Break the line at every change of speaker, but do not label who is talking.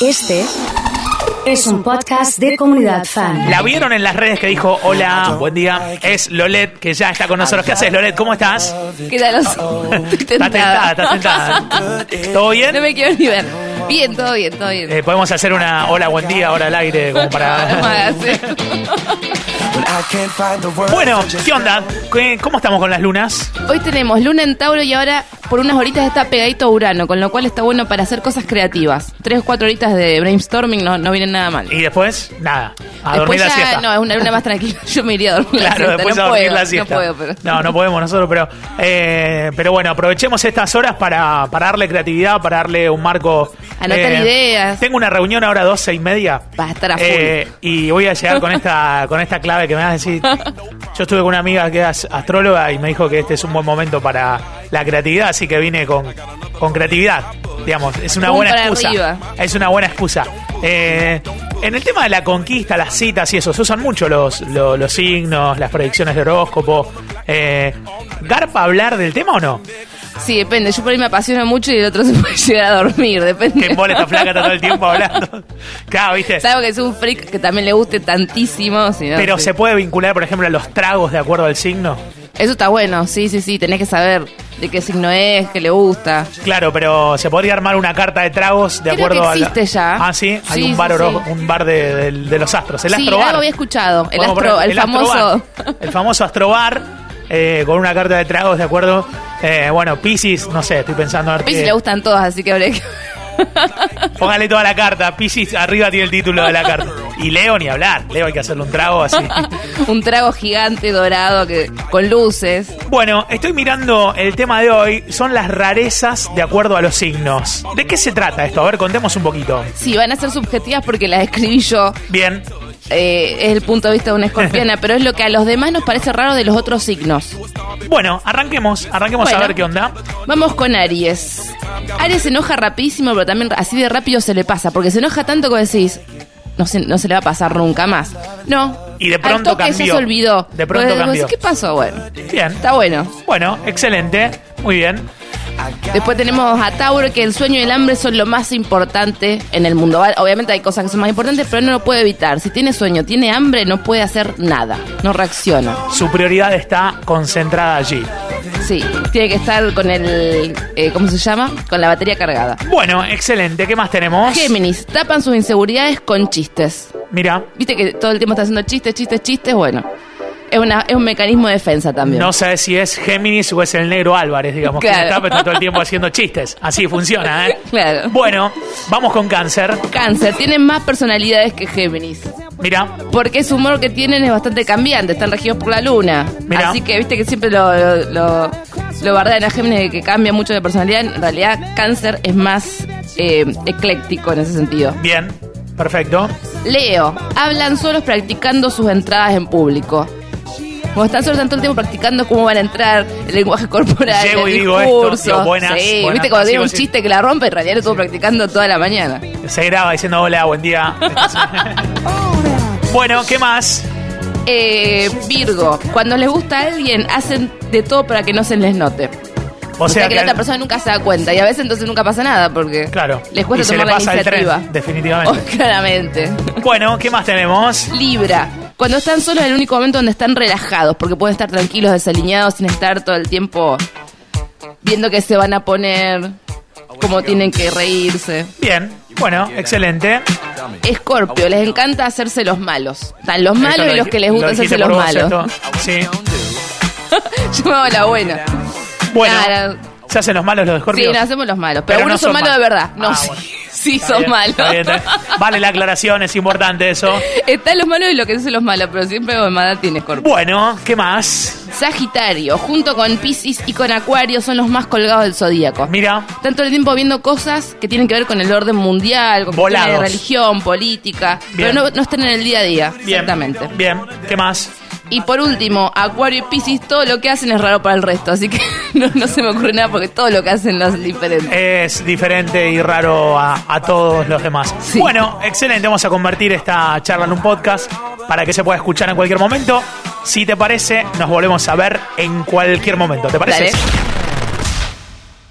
Este es un podcast de comunidad fan.
La vieron en las redes que dijo, hola, buen día, es Lolet, que ya está con nosotros. ¿Qué haces, Lolet? ¿Cómo estás?
¿Qué tal? Estoy
Está tentada,
tentada.
está tentada. ¿Todo
No
bien?
me quiero ni ver. Bien, todo bien, todo bien.
Eh, podemos hacer una hola, buen día, ahora al aire, como
No me
para...
hagas eso.
Bueno, ¿qué onda? ¿Qué- ¿Cómo estamos con las lunas?
Hoy tenemos Luna en Tauro y ahora por unas horitas está pegadito a Urano, con lo cual está bueno para hacer cosas creativas. Tres o cuatro horitas de brainstorming no, no vienen nada mal.
Y después, nada, a dormir
después
la
ya,
siesta.
no, es una luna más tranquila. Yo me iría a dormir la
Claro,
siesta.
después
no
a dormir
puedo,
la siesta.
No puedo, pero.
No, no podemos nosotros, pero. eh, pero bueno, aprovechemos estas horas para, para darle creatividad, para darle un marco. eh,
Anotar ideas.
Tengo una reunión ahora a 12 y media. Eh,
Va a estar a full.
y voy a llegar con esta, con esta clave que me vas a decir. Yo estuve con una amiga que es astróloga y me dijo que este es un buen momento para la creatividad, así que vine con, con creatividad. Digamos, es una
Pum
buena
para
excusa.
arriba.
Es una buena excusa. Eh, en el tema de la conquista, las citas y eso, se usan mucho los, los, los signos, las predicciones de horóscopo. Eh, ¿Garpa hablar del tema o no?
Sí, depende. Yo por ahí me apasiona mucho y el otro se puede llegar a dormir, depende.
Que mole esta flaca está todo el tiempo hablando. Claro, ¿viste?
Salvo que es un freak que también le guste tantísimo. si no,
Pero
sí.
se puede vincular, por ejemplo, a los tragos de acuerdo al signo.
Eso está bueno, sí, sí, sí. Tenés que saber de qué signo es, qué le gusta.
Claro, pero se podría armar una carta de tragos de
Creo
acuerdo
que
a la-
existe ya.
Ah, sí, hay
Sí,
un bar,
sí,
oro-
sí.
Un bar de, del- de los astros, el
sí,
astrobar.
algo había escuchado. El,
Podemos
astro,
poner
el, famoso.
astrobar. el famoso astrobar eh, con una carta de tragos, ¿de acuerdo? Eh, bueno, Pisces, no sé, estoy pensando. A ver
A mí sí
qué-
le gustan todos, así que habría que.
Póngale toda la carta. Pisces, arriba tiene el título de la carta. Y Leo, ni hablar. Leo, hay que hacerle un trago así.
un trago gigante dorado que con luces.
Bueno, estoy mirando el tema de hoy. Son las rarezas de acuerdo a los signos. ¿De qué se trata esto? A ver, contemos un poquito.
Sí, van a ser subjetivas porque las escribí yo.
Bien.
eh, es el punto de vista de una escorpiana, pero es lo que a los demás nos parece raro de los otros signos.
Bueno, arranquemos. Arranquemos a
Bueno.
ver qué onda.
Vamos con Aries. Aries se enoja rapidísimo, pero también así de rápido se le pasa, porque se enoja tanto que decís, no se, no se le va a pasar nunca más. No.
Y de
Al
pronto
toque
cambió.
ya se olvidó.
De pronto
Vos decís,
cambió.
¿Qué pasó? Bueno,
Bien.
está bueno.
Bueno, excelente. Muy bien.
Después tenemos a Tauro, que el sueño y el hambre son lo más importante en el mundo. Va- Obviamente hay cosas que son más importantes, pero no lo puede evitar. Si tiene sueño, tiene hambre, no puede hacer nada. No reacciona.
Su prioridad está concentrada allí.
Sí, tiene que estar con el, eh, ¿cómo se llama? Con la batería cargada.
Bueno, excelente. ¿Qué más tenemos?
Géminis, tapan sus inseguridades con chistes.
Mira,
Viste que todo el tiempo está haciendo chistes, chistes, chistes. Bueno, es, una, es un mecanismo de defensa también.
no sé si es Géminis o es el negro Álvarez, digamos, que
Claro.
está, pero está todo el tiempo haciendo chistes. Así funciona, ¿eh?
Claro.
Bueno, vamos con cáncer.
Cáncer, tienen más personalidades que Géminis.
Mira,
Porque ese humor que tienen es bastante cambiante, están regidos por la luna.
Mirá.
Así que viste que siempre lo, lo, lo, lo bardean a Géminis de que cambia mucho de personalidad. En realidad, Cáncer es más eh, ecléctico en ese sentido.
bien, perfecto.
Leo, hablan solos practicando sus entradas en público. Como están solos tanto el tiempo practicando cómo van a entrar, el lenguaje corporal,
Llego
el
y digo
discurso.
esto, digo, buenas,
sí,
buenas,
viste cuando
así
tiene un
vos decís.
chiste que la rompe, en realidad lo estuvo practicando toda la mañana.
Se graba diciendo hola, buen día. bueno, ¿qué más?
Eh, Virgo, cuando les gusta a alguien, hacen de todo para que no se les note.
O,
O sea, que, la
al-
otra persona nunca se da cuenta y a veces entonces nunca pasa nada porque
Claro.
les cuesta
y se le
tomar
pasa
la
el
iniciativa.
tren, definitivamente.
Oh, claramente.
Bueno, ¿qué más tenemos?
Libra. Cuando están solos es el único momento donde están relajados, porque pueden estar tranquilos, desalineados, sin estar todo el tiempo viendo que se van a poner, cómo tienen que reírse.
Bien, bueno, excelente.
Escorpio, les encanta hacerse los malos. Están los malos
Esto
y
lo
los
dij-
que les
lo
gusta hacerse
dijiste por
los
vos,
malos.
esto. Sí.
Yo me hago la buena.
Bueno,
Claro.
se hacen los malos los de
Sí,
Scorpio.
nos hacemos los malos,
Pero
pero,
no
algunos
son
son malos de
malos.
verdad. No,
Ah,
sí,
bueno.
sí
Está
son
bien,
malos.
está bien, está bien. Vale la aclaración, es importante eso.
Están los malos y los que son los malos, pero siempre maldad tiene Escorpio.
Bueno, ¿qué más?
Sagitario, junto con Pisces y con Acuario, son los más colgados del zodíaco.
Mira,
Tanto el tiempo viendo cosas que tienen que ver con el orden mundial, con cuestiones de
Volados.
religión, política,
Bien.
pero no, no están en el día a día,
bien.
exactamente.
Bien, ¿qué más?
Y por último, Acuario y Piscis, todo lo que hacen es raro para el resto, así que no, no se me ocurre nada porque todo lo que hacen lo hacen diferente.
Es diferente y raro a, a todos los demás.
Sí.
Bueno, excelente. Vamos a convertir esta charla en un podcast para que se pueda escuchar en cualquier momento. Si te parece, nos volvemos a ver en cualquier momento. ¿Te parece?
Dale.